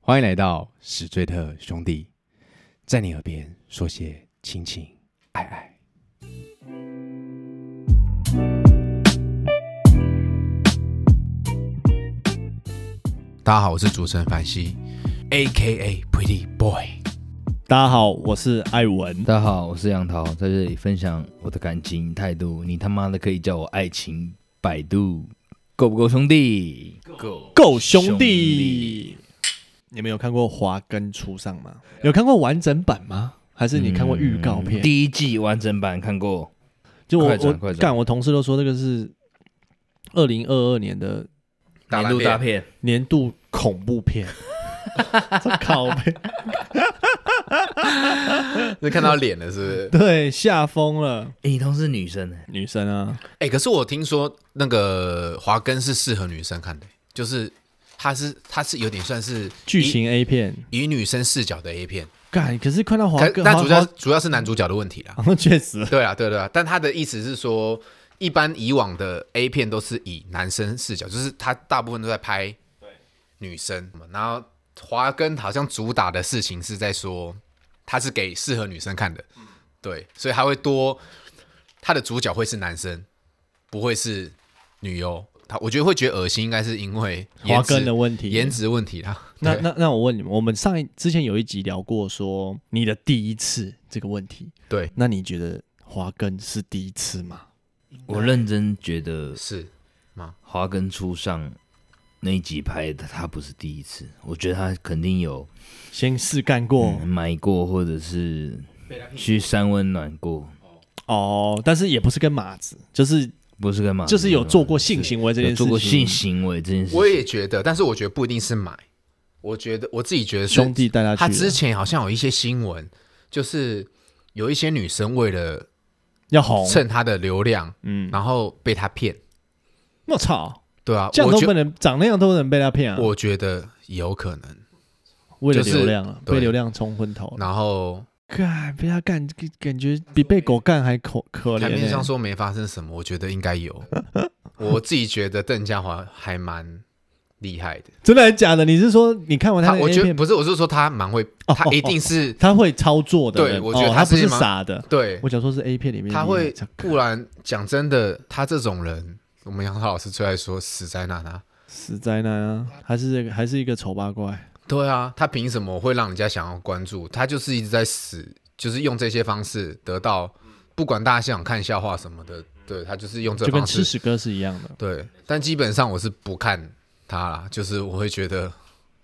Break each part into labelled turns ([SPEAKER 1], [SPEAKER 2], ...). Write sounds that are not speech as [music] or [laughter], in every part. [SPEAKER 1] 欢迎来到史最特兄弟，在你耳边说些亲情爱爱。大家好，我是主持人凡西，A K A Pretty Boy。
[SPEAKER 2] 大家好，我是艾文。
[SPEAKER 3] 大家好，我是杨桃，在这里分享我的感情态度。你他妈的可以叫我爱情百度，够不够兄弟？
[SPEAKER 1] Go，
[SPEAKER 2] 够兄弟，你们有看过《华根初上》吗？有看过完整版吗？还是你看过预告片？
[SPEAKER 3] 第一季完整版看过，
[SPEAKER 2] 就我
[SPEAKER 3] 嗯快转
[SPEAKER 2] 我
[SPEAKER 3] 快转
[SPEAKER 2] 干，我同事都说这个是二零二二年的
[SPEAKER 1] 大
[SPEAKER 3] 年
[SPEAKER 1] 烂
[SPEAKER 3] 度
[SPEAKER 1] 片
[SPEAKER 3] 大片，
[SPEAKER 2] 年度恐怖片。这靠背，
[SPEAKER 1] 是看到脸了是不是？
[SPEAKER 2] 对，吓疯了。
[SPEAKER 3] 诶你同事女生呢、
[SPEAKER 2] 女生啊，
[SPEAKER 4] 哎、可是我听说那个华根是适合女生看的，就是它是它是有点算是
[SPEAKER 2] 剧情 A 片，
[SPEAKER 4] 以以女生视角的 A 片，
[SPEAKER 2] 干，可是看到华
[SPEAKER 4] 可
[SPEAKER 2] 根，
[SPEAKER 4] 但
[SPEAKER 2] 华
[SPEAKER 4] 主要主要是男主角的问题啦。
[SPEAKER 2] 华 [laughs] 确实，
[SPEAKER 4] 对啊，对对啊，但他的意思是说，一般以往的 A 片都是以男生视角，就是他大部分都在拍女生，然后华根好像主打的事情是在说，他是给适合女生看的，对，所以他会多，他的主角会是男生，不会是女优。他我觉得会觉得恶心，应该是因为
[SPEAKER 2] 华
[SPEAKER 4] 颜
[SPEAKER 2] 根的
[SPEAKER 4] 值
[SPEAKER 2] 问题，
[SPEAKER 4] 颜值问题啦。
[SPEAKER 2] 那
[SPEAKER 4] 对
[SPEAKER 2] 那那我问你们，我们上一之前有一集聊过说你的第一次这个问题，
[SPEAKER 4] 对，
[SPEAKER 2] 那你觉得华根是第一次吗？
[SPEAKER 3] 我认真觉得
[SPEAKER 4] 是
[SPEAKER 3] 华根初上那一集拍的，他不是第一次，我觉得他肯定有
[SPEAKER 2] 先试干过、
[SPEAKER 3] 嗯买过，或者是去三温暖过，
[SPEAKER 2] 哦，但是也不是跟马子，就是
[SPEAKER 3] 不是干嘛？
[SPEAKER 2] 就是有做过性行为这件事
[SPEAKER 3] 有做
[SPEAKER 2] 情，
[SPEAKER 3] 过性行为这件事情，
[SPEAKER 4] 我也觉得，但是我觉得不一定是买，我觉得我自己觉得是
[SPEAKER 2] 兄弟带他去
[SPEAKER 4] 他
[SPEAKER 2] 了，
[SPEAKER 4] 之前好像有一些新闻，就是有一些女生为了
[SPEAKER 2] 要红，
[SPEAKER 4] 蹭他的流量，
[SPEAKER 2] 嗯，
[SPEAKER 4] 然后被他骗，
[SPEAKER 2] 我操，
[SPEAKER 4] 对啊，
[SPEAKER 2] 这样
[SPEAKER 4] 我
[SPEAKER 2] 都
[SPEAKER 4] 觉
[SPEAKER 2] 不能长那样都不能被他骗啊！
[SPEAKER 4] 我觉得有可能，
[SPEAKER 2] 为了
[SPEAKER 4] 就是
[SPEAKER 2] 流量啊，
[SPEAKER 4] 对
[SPEAKER 2] 被流量冲昏头了，
[SPEAKER 4] 然后
[SPEAKER 2] 干被他干，感感觉比被狗干还可可
[SPEAKER 4] 台
[SPEAKER 2] 怜、
[SPEAKER 4] 面
[SPEAKER 2] 欸
[SPEAKER 4] 上。说没发生什么，我觉得应
[SPEAKER 2] [laughs]
[SPEAKER 4] 该有，我自己觉得邓家华还蛮厉害的，
[SPEAKER 2] 真的还假的？你是说你看完
[SPEAKER 4] 他
[SPEAKER 2] 哦的
[SPEAKER 4] 我
[SPEAKER 2] A
[SPEAKER 4] 觉得
[SPEAKER 2] 片，哦
[SPEAKER 4] 不是，我是说他蛮会，他一定是
[SPEAKER 2] 他会操作的
[SPEAKER 4] 对
[SPEAKER 2] 人，
[SPEAKER 4] 我觉得
[SPEAKER 2] 哦他
[SPEAKER 4] 他
[SPEAKER 2] 不
[SPEAKER 4] 是
[SPEAKER 2] 是
[SPEAKER 4] 蛮
[SPEAKER 2] 傻的，
[SPEAKER 4] 对
[SPEAKER 2] 我，想说是 A 片里面的
[SPEAKER 4] 他
[SPEAKER 2] 厉害
[SPEAKER 4] 会
[SPEAKER 2] 这样
[SPEAKER 4] 不然讲真的，他这种人，我们杨涛老师最爱说死在那他。
[SPEAKER 2] 死灾难啊，还是这个还是一个丑八怪，
[SPEAKER 4] 对啊，他凭什么会让人家想要关注？他就是一直在死，就是用这些方式得到，不管大家想看笑话什么的，对他就是用这
[SPEAKER 2] 就跟
[SPEAKER 4] 方
[SPEAKER 2] 吃
[SPEAKER 4] 式。
[SPEAKER 2] 屎哥是一样的。
[SPEAKER 4] 对，但基本上我是不看他啦，就是我会觉得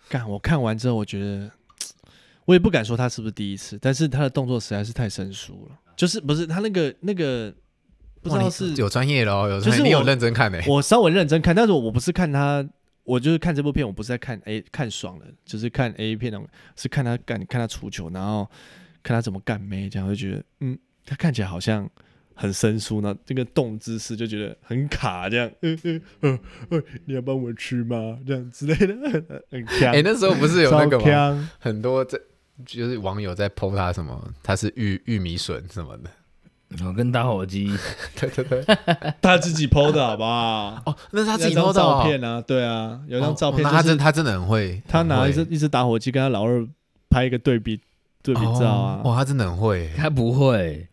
[SPEAKER 2] 干，我看完之后，我觉得我也不敢说他是不是第一次，但是他的动作实在是太生疏了，就是不是他那个那个不知
[SPEAKER 4] 哇
[SPEAKER 2] 道
[SPEAKER 4] 你
[SPEAKER 2] 是
[SPEAKER 4] 有专业喽，有专业
[SPEAKER 2] 就是我
[SPEAKER 4] 你有认真看呢、欸 [laughs]
[SPEAKER 2] 我稍微认真看，但是我不是看他，我就是看这部片，我不是在看 A 看爽了，就是看 A 片那种，是看他干看他出球，然后看他怎么干妹，这样就觉得嗯，他看起来好像很生疏，那这个动姿势就觉得很卡，这样，嗯嗯嗯嗯，你要帮我吃吗？这样之类的， [laughs]
[SPEAKER 4] [laughs]
[SPEAKER 2] 很强。
[SPEAKER 4] 哎、那时候不是有那个
[SPEAKER 2] 超
[SPEAKER 4] 吗？
[SPEAKER 2] 强
[SPEAKER 4] 很多在就是网友在 PO 他什么，他是玉玉米笋什么的。 [laughs]
[SPEAKER 3] 我哦跟打火机
[SPEAKER 4] 对对
[SPEAKER 2] [laughs]
[SPEAKER 4] 对，
[SPEAKER 2] 他自己 PO 的好不好？
[SPEAKER 4] 哦，那是他
[SPEAKER 2] 他
[SPEAKER 4] 自己 PO 的哦、
[SPEAKER 2] 照片啊，对啊，有一张
[SPEAKER 4] 哦
[SPEAKER 2] 照片
[SPEAKER 4] 哦
[SPEAKER 2] 就
[SPEAKER 4] 那他
[SPEAKER 2] 是
[SPEAKER 4] 真他真的很会，
[SPEAKER 2] 他拿一
[SPEAKER 4] 很
[SPEAKER 2] 只
[SPEAKER 4] 会
[SPEAKER 2] 一只打火机跟他老二拍一个对比对比照
[SPEAKER 4] 哦哇、
[SPEAKER 2] 啊，
[SPEAKER 4] 他真的很会欸、
[SPEAKER 3] [laughs] 他不会，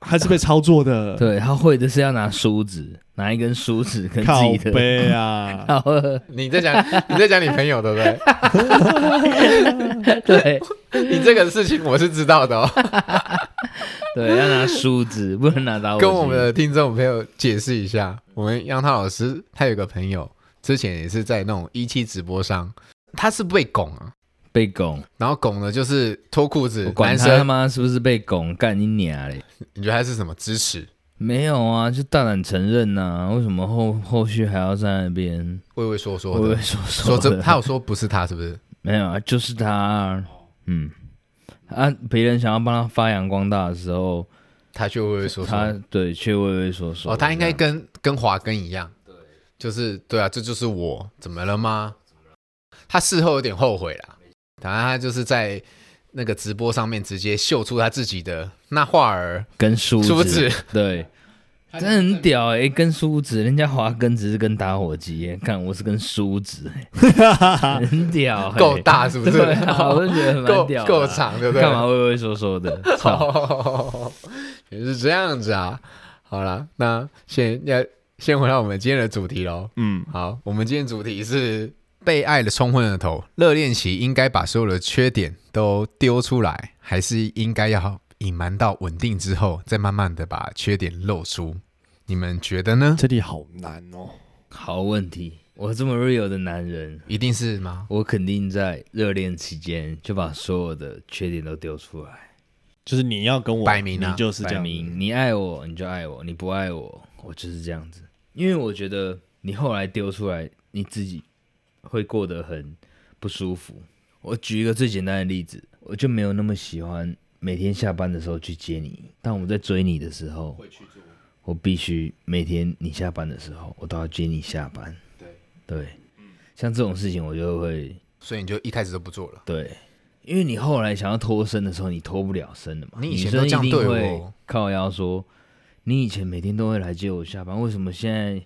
[SPEAKER 2] 还是被操作的，
[SPEAKER 3] [laughs] 对他会的是要拿梳子，拿一根梳子跟自
[SPEAKER 2] 靠
[SPEAKER 3] 己的，
[SPEAKER 2] 背
[SPEAKER 3] [laughs]
[SPEAKER 2] 啊，
[SPEAKER 3] 然后
[SPEAKER 4] 你在讲 [laughs] 你在讲你朋友对不对？
[SPEAKER 2] [laughs]
[SPEAKER 3] 对
[SPEAKER 4] 你这个事情我是知
[SPEAKER 2] [laughs]
[SPEAKER 4] 道的哦，
[SPEAKER 3] 对，要拿梳子，不能拿打火机。
[SPEAKER 4] 跟我们的听众朋友解释一下，我们杨涛老师他有个朋友之前也是在那种一期直播上，他是被拱啊，
[SPEAKER 3] 被拱，
[SPEAKER 4] 然后拱的就是脱裤
[SPEAKER 3] 我
[SPEAKER 4] 子，
[SPEAKER 3] 管
[SPEAKER 4] 男
[SPEAKER 3] 他他
[SPEAKER 4] 生，
[SPEAKER 3] 妈是不是被拱，干你娘嘞！
[SPEAKER 4] 你觉得他是什么支持？
[SPEAKER 3] 没有啊，就大胆承认呐、为什么后后续还要在那边
[SPEAKER 4] 畏畏缩缩
[SPEAKER 3] 畏畏
[SPEAKER 4] 的，
[SPEAKER 3] 缩缩
[SPEAKER 4] 说
[SPEAKER 3] 的？
[SPEAKER 4] 真，他有说不是他是不是？
[SPEAKER 3] 没有啊，就是他啊，嗯，啊，别人想要帮他发扬光大的时候，
[SPEAKER 4] 他却畏畏缩缩
[SPEAKER 3] 他。对却畏畏缩缩。
[SPEAKER 4] 哦，他应该跟跟华根一样，对，就是对啊，这就是我，怎么了吗？他事后有点后悔啦，当然他就是在那个直播上面直接秀出他自己的那画儿
[SPEAKER 3] 跟梳
[SPEAKER 4] 梳子，
[SPEAKER 3] 对，真的很屌哎、跟梳子，人家华根只是跟打火机耶、看我是跟梳子、欸，很屌、欸， [laughs]
[SPEAKER 4] 够大是不是
[SPEAKER 3] 对啊，我就觉得很蛮屌的啊，
[SPEAKER 4] 够够长对不对
[SPEAKER 3] 干嘛畏畏缩缩
[SPEAKER 4] [laughs]
[SPEAKER 3] 的？操，
[SPEAKER 4] 哦， [laughs] 原来是这样子啊。好啦，那先要先回到我们今天的主题喽。
[SPEAKER 2] 嗯，
[SPEAKER 4] 好，我们今天主题是被爱的冲昏了头，热恋期应该把所有的缺点都丢出来，还是应该要隐瞒到稳定之后，再慢慢的把缺点露出？你们觉得
[SPEAKER 2] [laughs]
[SPEAKER 4] 呢？
[SPEAKER 2] 这里好难哦。
[SPEAKER 3] 好问题，我这么 real 的男人，
[SPEAKER 4] 一定是吗？
[SPEAKER 3] 我肯定在热恋期间就把所有的缺点都丢出来。
[SPEAKER 2] 就是你要跟我
[SPEAKER 4] 摆明啊
[SPEAKER 2] 你就是这
[SPEAKER 3] 摆
[SPEAKER 2] 样。
[SPEAKER 3] 明你爱我你就爱我，你不爱我我就是这样子。因为我觉得你后来丢出来，你自己会过得很不舒服。我举一个最简单的例子，我就没有那么喜欢每天下班的时候去接你。当我在追你的时候，我必须每天你下班的时候，我都要接你下班。对对，像这种事情我就会
[SPEAKER 4] 所以你就一开始都不做了。
[SPEAKER 3] 对，因为你后来想要脱身的时候，你脱不了身的嘛。
[SPEAKER 4] 你以
[SPEAKER 3] 女
[SPEAKER 4] 前
[SPEAKER 3] 生
[SPEAKER 4] 都这样
[SPEAKER 3] 一定
[SPEAKER 4] 对
[SPEAKER 3] 会
[SPEAKER 4] 我
[SPEAKER 3] 靠腰说，你以前每天都会来接我下班，为什么现在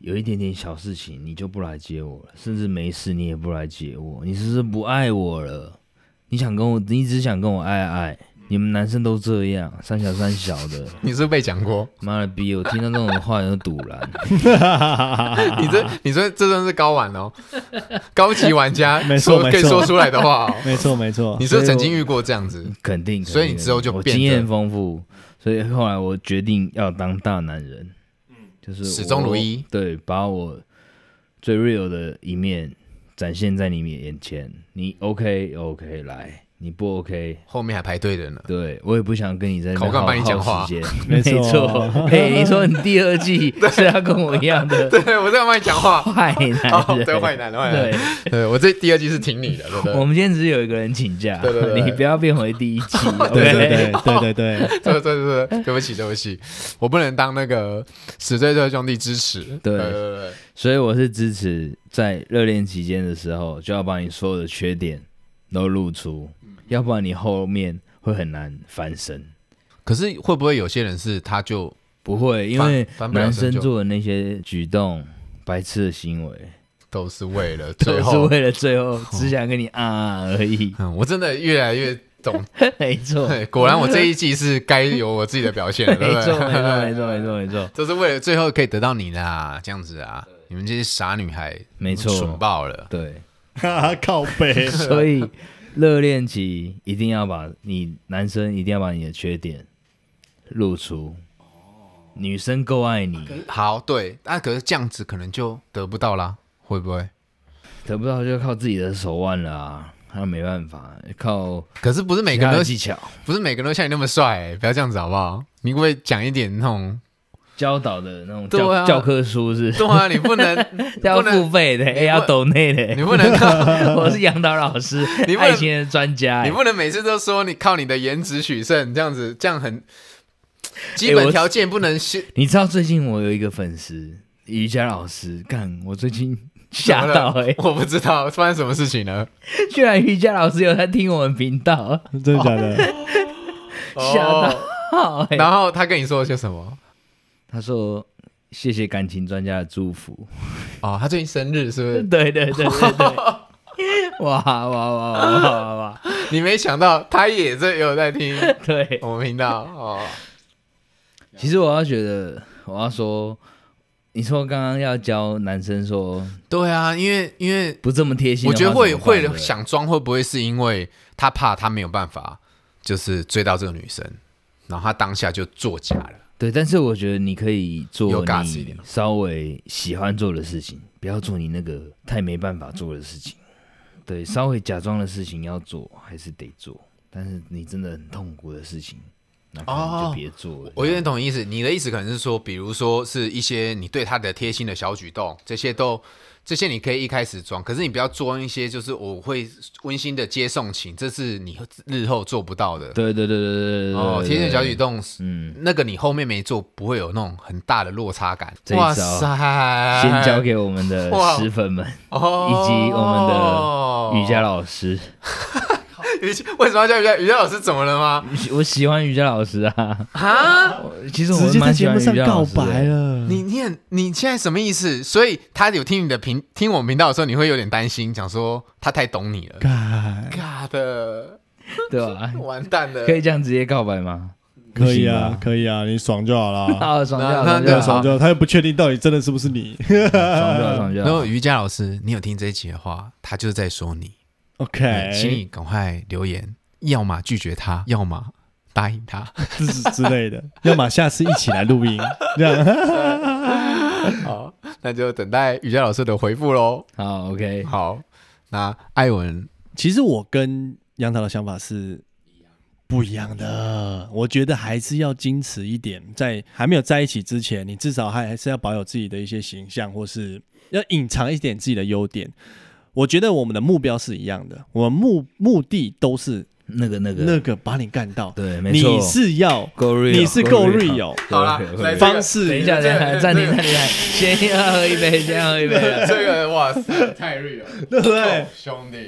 [SPEAKER 3] 有一点点小事情你就不来接我了？甚至没事你也不来接我，你是不是不爱我了？你想跟我，你只想跟我爱爱，你们男生都这样，三小三小的，
[SPEAKER 4] 你是不是被讲过？
[SPEAKER 3] 妈了逼！我听到这种话有堵然。
[SPEAKER 4] 你这你这这真是高
[SPEAKER 2] [laughs]
[SPEAKER 4] 玩哦，高级玩家
[SPEAKER 2] 没错
[SPEAKER 4] 说
[SPEAKER 2] 没
[SPEAKER 4] 可以
[SPEAKER 2] 错
[SPEAKER 4] 说出来的话哦。
[SPEAKER 2] 没错没
[SPEAKER 3] [laughs]
[SPEAKER 2] 错
[SPEAKER 4] 你，是不是曾经遇过这样子？
[SPEAKER 3] 肯定，
[SPEAKER 4] 所
[SPEAKER 3] 肯
[SPEAKER 4] 以
[SPEAKER 3] 定
[SPEAKER 4] 你之后就
[SPEAKER 3] 我
[SPEAKER 4] 变
[SPEAKER 3] 经验
[SPEAKER 4] 得
[SPEAKER 3] 丰富，所以后来我决定要当大男人，就是
[SPEAKER 4] 嗯始终
[SPEAKER 3] 我
[SPEAKER 4] 如一，
[SPEAKER 3] 对，把我最 real 的一面展现在你眼前。你 OK OK 来，你不 OK，
[SPEAKER 4] 后面还排队的呢。
[SPEAKER 3] 对我也不想跟你在那边
[SPEAKER 4] 口干
[SPEAKER 3] 耗
[SPEAKER 4] 帮你讲
[SPEAKER 3] 耗
[SPEAKER 4] 话
[SPEAKER 3] 时间，
[SPEAKER 2] 没
[SPEAKER 3] 没错
[SPEAKER 2] 错。
[SPEAKER 3] 嘿，你说你第二
[SPEAKER 4] [laughs]
[SPEAKER 3] 季是要跟我一样的
[SPEAKER 4] 对，我在帮你讲话。
[SPEAKER 3] 坏男
[SPEAKER 4] 哦，
[SPEAKER 3] 人，
[SPEAKER 4] 对，坏男，坏男。
[SPEAKER 3] 对。
[SPEAKER 4] 对我这第二季是挺你的，对不
[SPEAKER 3] 我
[SPEAKER 4] 对？
[SPEAKER 3] 们今天只有一个人请假，
[SPEAKER 4] 对对对
[SPEAKER 3] 你不要变回第一
[SPEAKER 4] [laughs]
[SPEAKER 3] 季
[SPEAKER 2] 对对
[SPEAKER 3] ，OK？
[SPEAKER 2] 对对对对，
[SPEAKER 4] 对对对对，对不起对不起，我不能当那个死对头兄弟支持。
[SPEAKER 3] 对
[SPEAKER 4] 对对对，
[SPEAKER 3] 所以我是支持在热恋期间的时候就要把你所有的缺点都露出，
[SPEAKER 4] 嗯
[SPEAKER 3] 要不然你后面会很难翻身。
[SPEAKER 4] 可是会不会有些人是他就
[SPEAKER 3] 不会，因
[SPEAKER 4] 翻
[SPEAKER 3] 为
[SPEAKER 4] 翻不了
[SPEAKER 3] 男
[SPEAKER 4] 身
[SPEAKER 3] 生
[SPEAKER 4] 就
[SPEAKER 3] 做的那些举动、白痴的行为，
[SPEAKER 4] 都是为了
[SPEAKER 3] 都
[SPEAKER 4] 最
[SPEAKER 3] 是
[SPEAKER 4] 后？。
[SPEAKER 3] 为了最后只想跟你啊啊而已
[SPEAKER 4] [laughs] 嗯，我真的越来越懂，
[SPEAKER 3] 没错，没
[SPEAKER 4] 对果然我这一季是该有我自己的表现了，
[SPEAKER 3] 错，
[SPEAKER 4] 对不
[SPEAKER 3] 没错，
[SPEAKER 4] 对？
[SPEAKER 3] 没错，没错，没错，
[SPEAKER 4] 都是为了最后可以得到你啦，这样子啊，你们这些傻女孩，
[SPEAKER 3] 没
[SPEAKER 4] 蠢
[SPEAKER 3] 错，
[SPEAKER 4] 爆了。
[SPEAKER 3] 对。
[SPEAKER 2] 哈哈， [laughs] 靠背。
[SPEAKER 3] 所以热恋期一定要把你男生一定要把你的缺点露出，女生够爱你，
[SPEAKER 4] 好，对，那、可是这样子可能就得不到啦，会不会？
[SPEAKER 3] 得不到就靠自己的手腕了啊，那没办法，靠
[SPEAKER 4] 可是不是每
[SPEAKER 3] 其
[SPEAKER 4] 个
[SPEAKER 3] 他的
[SPEAKER 4] 人都
[SPEAKER 3] 技巧
[SPEAKER 4] 不是每个人都像你那么帅、不要这样子好不好？你可不可以讲一点
[SPEAKER 3] [laughs]
[SPEAKER 4] 那种？
[SPEAKER 3] 教导的那种
[SPEAKER 4] 对
[SPEAKER 3] 教、
[SPEAKER 4] 啊
[SPEAKER 3] 教科书是
[SPEAKER 4] 对啊，你不能，你
[SPEAKER 3] [laughs] 要
[SPEAKER 4] 不
[SPEAKER 3] 付
[SPEAKER 4] 能，
[SPEAKER 3] 费的，也要抖内的
[SPEAKER 4] [laughs] 你。不能 [laughs] 靠，
[SPEAKER 3] [laughs] 我是杨导老师
[SPEAKER 4] 你，不能
[SPEAKER 3] 爱情的专家。
[SPEAKER 4] 你
[SPEAKER 3] 哎
[SPEAKER 4] 不能每次都说你靠你的颜值取胜，这样子，这样很基本条件不能是。
[SPEAKER 3] 你知道最近我有一个粉丝瑜伽老师，干我最近 [laughs] 吓到哎、欸
[SPEAKER 4] 我不知道发生什么事情了，
[SPEAKER 3] [laughs] 居然瑜伽老师有在听我们频道，
[SPEAKER 2] 真的假
[SPEAKER 3] [laughs]
[SPEAKER 2] 的？
[SPEAKER 3] [laughs] 吓到
[SPEAKER 4] 哦
[SPEAKER 3] 好欸
[SPEAKER 4] 然后他跟你说了些什么？
[SPEAKER 3] 他说谢谢感情专家的祝福。
[SPEAKER 4] 哦，他最近生日是不
[SPEAKER 3] 对 [laughs] 对
[SPEAKER 4] 是？
[SPEAKER 3] 对对
[SPEAKER 4] [laughs]
[SPEAKER 3] 对，哇哇哇哇哇哇！
[SPEAKER 4] 你没想到他也这有在听
[SPEAKER 3] 对，
[SPEAKER 4] 我们频道哦。
[SPEAKER 3] 其实我要觉得，我要说，你说刚刚要教男生说
[SPEAKER 4] 对啊，因为因为
[SPEAKER 3] 不这么贴心
[SPEAKER 4] 我
[SPEAKER 3] 的话
[SPEAKER 4] 觉
[SPEAKER 3] 怎
[SPEAKER 4] 得
[SPEAKER 3] 么办，
[SPEAKER 4] 会会
[SPEAKER 3] 对不对，
[SPEAKER 4] 想装，会不会是因为他怕他没有办法，就是追到这个女生，然后他当下就作假了。
[SPEAKER 3] 对，但是我觉得你可以做
[SPEAKER 4] 有 guts 一
[SPEAKER 3] 你
[SPEAKER 4] 点
[SPEAKER 3] 稍微喜欢做的事情，不要做你那个太没办法做的事情。对，稍微假装的事情要做还是得做，但是你真的很痛苦的事情，那可能
[SPEAKER 4] 哦
[SPEAKER 3] 就别做了。
[SPEAKER 4] 我有点懂你意思，你的意思可能是说，比如说是一些你对他的贴心的小举动，这些都这些你可以一开始装，可是你不要装一些就是我会温馨的接送情，这是你日后做不到的。
[SPEAKER 3] 对对对对对对对
[SPEAKER 4] 哦，
[SPEAKER 3] 对
[SPEAKER 4] 贴心
[SPEAKER 3] 对
[SPEAKER 4] 的小举动，
[SPEAKER 3] 嗯，
[SPEAKER 4] 那个你后面没做，不会有那种很大的落差感。
[SPEAKER 3] 这一招
[SPEAKER 4] 塞
[SPEAKER 3] 先交给我们的
[SPEAKER 4] 哎哇
[SPEAKER 3] 师粉们
[SPEAKER 4] 哦
[SPEAKER 3] 以及我们的瑜伽老师，
[SPEAKER 4] 瑜伽为什么要叫瑜伽？瑜伽老师怎么了吗？
[SPEAKER 3] [laughs] 我喜欢瑜伽老师啊，
[SPEAKER 4] 啊，
[SPEAKER 3] 我其实我
[SPEAKER 2] 直接在
[SPEAKER 3] 蛮喜
[SPEAKER 2] 节
[SPEAKER 3] 欢
[SPEAKER 2] 目
[SPEAKER 3] 瑜
[SPEAKER 2] 上
[SPEAKER 3] 伽
[SPEAKER 2] 告
[SPEAKER 3] 老师的
[SPEAKER 2] 白。了。
[SPEAKER 4] 你你很你现在什么意思？所以他有听你的频听我们频道的时候，你会有点担心，想说他太懂你了。
[SPEAKER 2] 干
[SPEAKER 4] 尬的，
[SPEAKER 3] 对吧？
[SPEAKER 4] 完蛋了。
[SPEAKER 3] 可以这样直接告白吗？
[SPEAKER 2] 可以
[SPEAKER 3] 不行吧
[SPEAKER 2] 啊，可以啊，你爽就好了。
[SPEAKER 3] 啊，爽就 [laughs] 好，爽
[SPEAKER 4] 那那
[SPEAKER 3] 就
[SPEAKER 2] 对，
[SPEAKER 3] 好，爽
[SPEAKER 2] 爽就好。他又不确定到底真的是不是你。
[SPEAKER 3] 就好，爽就
[SPEAKER 4] 然后
[SPEAKER 3] 好。
[SPEAKER 4] 瑜伽老师，你有听这一集的话，他就是在说你，
[SPEAKER 3] 哎
[SPEAKER 2] OK，
[SPEAKER 4] 请你赶快留言，要么拒绝他，要么答应他。 [laughs]
[SPEAKER 2] 之之类的，要么下次一起来录音，这样。
[SPEAKER 4] 好，那就等待瑜伽老师的回复喽。
[SPEAKER 3] 好，OK，
[SPEAKER 4] 好，那艾文，
[SPEAKER 2] 其实我跟杨桃的想法是不一样的，我觉得还是要矜持一点，在还没有在一起之前，你至少还还是要保有自己的一些形象，或是要隐藏一点自己的优点。我觉得我们的目标是一样的，我们目目的都是
[SPEAKER 3] 那个那个
[SPEAKER 2] 那个把你干到，
[SPEAKER 3] 对，没错，
[SPEAKER 2] 你是要
[SPEAKER 3] 够 real，
[SPEAKER 2] 你是够 real，
[SPEAKER 4] 好啦
[SPEAKER 3] 对
[SPEAKER 4] 来
[SPEAKER 3] 对对
[SPEAKER 2] 方
[SPEAKER 3] 等一
[SPEAKER 2] 式
[SPEAKER 3] 下，等一下，暂停，暂停，暂停先要喝一杯，先要喝一杯。啊
[SPEAKER 4] 这 [laughs] 个哇塞，太 real 了，哦
[SPEAKER 2] 对不
[SPEAKER 3] 哦
[SPEAKER 2] 对？
[SPEAKER 4] 兄弟。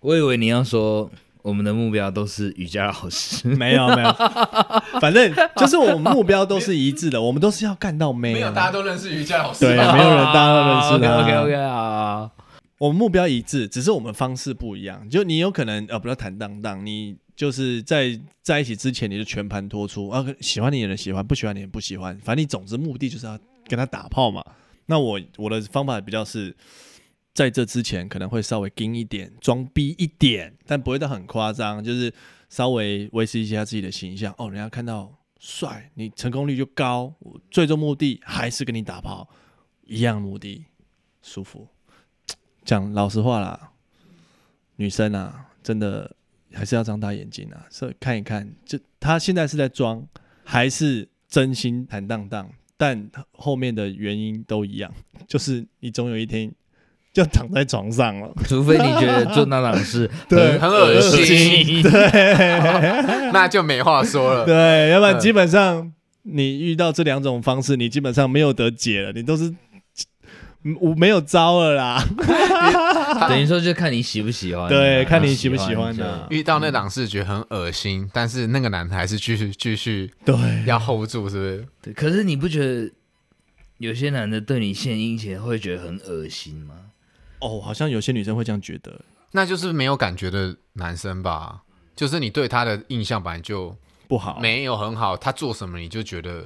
[SPEAKER 3] 我以为你要说我们的目标都是瑜伽老师，
[SPEAKER 2] 没有没有，反正就是我们目标都是一致的，我们都是要干到妹、
[SPEAKER 4] 没有，
[SPEAKER 2] 啊。
[SPEAKER 4] 大家都认识瑜伽老师。
[SPEAKER 2] 对 [laughs] 啊，没有人大家都认识他。
[SPEAKER 3] OK OK 啊，
[SPEAKER 2] 我们目标一致，只是我们方式不一样。就你有可能呃，不要坦荡荡，你就是在在一起之前你就全盘托出啊，喜欢你的人喜欢，不喜欢你的人不喜欢，反正你总之目的就是要跟他打炮嘛。那我我的方法比较是。在这之前可能会稍微硬一点，装逼一点，但不会到很夸张，就是稍微维持一下自己的形象。哦，人家看到帅，你成功率就高。我最终目的还是跟你打炮，一样目的，舒服。讲老实话啦，女生啊，真的还是要张大眼睛啊，所以看一看，就她现在是在装，还是真心坦荡荡，但后面的原因都一样，就是你总有一天 [laughs] 就躺在床上了。 [laughs]
[SPEAKER 3] 除非你觉得做那档事
[SPEAKER 2] 对
[SPEAKER 4] 很恶心，
[SPEAKER 2] [laughs] 对
[SPEAKER 4] 那就没话
[SPEAKER 2] [laughs]
[SPEAKER 4] 说了。
[SPEAKER 2] 对，要不然
[SPEAKER 4] 嗯
[SPEAKER 2] 基本上你遇到这两种方式，你基本上没有得解了，你都是。 [laughs] 嗯我没有招了啦，
[SPEAKER 3] 等于说就看你喜不喜欢啊，
[SPEAKER 2] 啊对，看你喜不喜欢
[SPEAKER 3] 就
[SPEAKER 2] 呢、
[SPEAKER 4] 遇到那档事觉得很恶心，但是那个男的还是继续继续
[SPEAKER 2] 对，
[SPEAKER 4] 要 hold 住，是不是？
[SPEAKER 3] 对，可是你不觉得有些男的对你献殷勤会觉得很恶心吗？
[SPEAKER 2] 哦，好像有些女生会这样觉得，
[SPEAKER 4] 那就是没有感觉的男生吧？就是你对他的印象本来就
[SPEAKER 2] 不好。
[SPEAKER 4] 没有很好，他做什么你就觉得，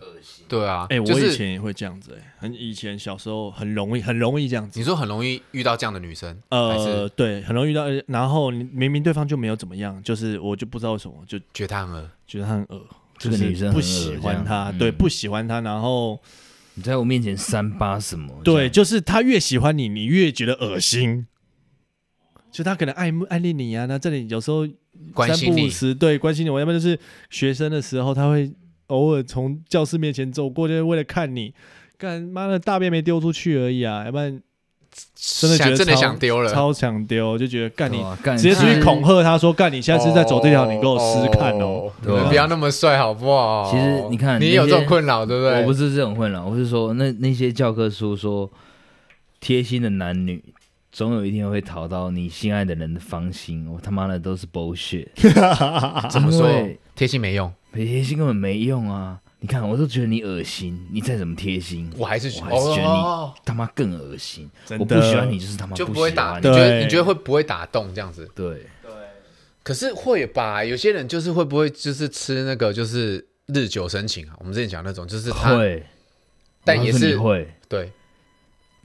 [SPEAKER 4] 对啊，
[SPEAKER 2] 哎、
[SPEAKER 4] 就
[SPEAKER 2] 我以
[SPEAKER 4] 是
[SPEAKER 2] 前也会这样子、哎，很以前小时候很容易，很容易这样子。
[SPEAKER 4] 你说很容易遇到这样的女生，还
[SPEAKER 2] 呃
[SPEAKER 4] 是，
[SPEAKER 2] 对，很容易遇到，呃然后你明明对方就没有怎么样，就是我就不知道为什么就
[SPEAKER 4] 觉得他很恶
[SPEAKER 2] 觉得他很恶，就
[SPEAKER 3] 这个
[SPEAKER 2] 是
[SPEAKER 3] 女生很
[SPEAKER 2] 不
[SPEAKER 3] 恶
[SPEAKER 2] 喜
[SPEAKER 3] 这样
[SPEAKER 2] 欢他，
[SPEAKER 3] 嗯
[SPEAKER 2] 对，不喜欢他，然后
[SPEAKER 3] 你在我面前三八什么？
[SPEAKER 2] 对，就是他越喜欢你，你越觉得恶心。就他可能爱慕爱恋你啊，那这里有时候
[SPEAKER 4] 关心
[SPEAKER 2] 三不五
[SPEAKER 4] 你，
[SPEAKER 2] 时，对，关心你。我要不然就是学生的时候，他会偶尔从教室面前走过，就是为了看你。干妈的大便没丢出去而已啊，要不然真的觉
[SPEAKER 4] 想
[SPEAKER 2] 得
[SPEAKER 4] 真的
[SPEAKER 2] 超
[SPEAKER 4] 想丢了，
[SPEAKER 2] 超想丢，就觉得干你
[SPEAKER 3] 对啊干
[SPEAKER 2] 直接出去
[SPEAKER 3] 是
[SPEAKER 2] 恐吓他说干你现在是在走这条，你给我试看哦。
[SPEAKER 4] 哦，你
[SPEAKER 3] 对啊
[SPEAKER 4] 们不要那么帅好不好？
[SPEAKER 3] 其实你看
[SPEAKER 4] 你
[SPEAKER 3] 那
[SPEAKER 4] 有这种
[SPEAKER 3] 些
[SPEAKER 4] 困扰对不对？
[SPEAKER 3] 我不是这种混乱，我是说那那些教科书说，贴心的男女总有一天会讨到你心爱的人的芳心。我他妈的都是 bullshit，
[SPEAKER 2] 啊
[SPEAKER 4] 怎么说
[SPEAKER 3] 因为
[SPEAKER 4] 贴心没用，
[SPEAKER 3] 贴心根本没用啊！你看，我都觉得你恶心，你再怎么贴心，
[SPEAKER 4] 我还是
[SPEAKER 3] 我还是觉得你
[SPEAKER 4] 哦
[SPEAKER 3] 他妈更恶心。
[SPEAKER 2] 真
[SPEAKER 3] 我
[SPEAKER 2] 的
[SPEAKER 3] 不喜欢你，就是他妈
[SPEAKER 4] 就
[SPEAKER 3] 不
[SPEAKER 4] 不会
[SPEAKER 3] 喜
[SPEAKER 4] 打，
[SPEAKER 3] 欢
[SPEAKER 4] 你
[SPEAKER 3] 你
[SPEAKER 4] 觉得
[SPEAKER 2] 对
[SPEAKER 4] 你觉得会不会打动这样子？
[SPEAKER 3] 对，
[SPEAKER 4] 可是会吧，有些人就是会不会就是吃那个就是日久生情啊？我们之前讲那种，就是他，
[SPEAKER 3] 会，
[SPEAKER 4] 但也
[SPEAKER 3] 我告诉你
[SPEAKER 4] 是
[SPEAKER 3] 会
[SPEAKER 4] 对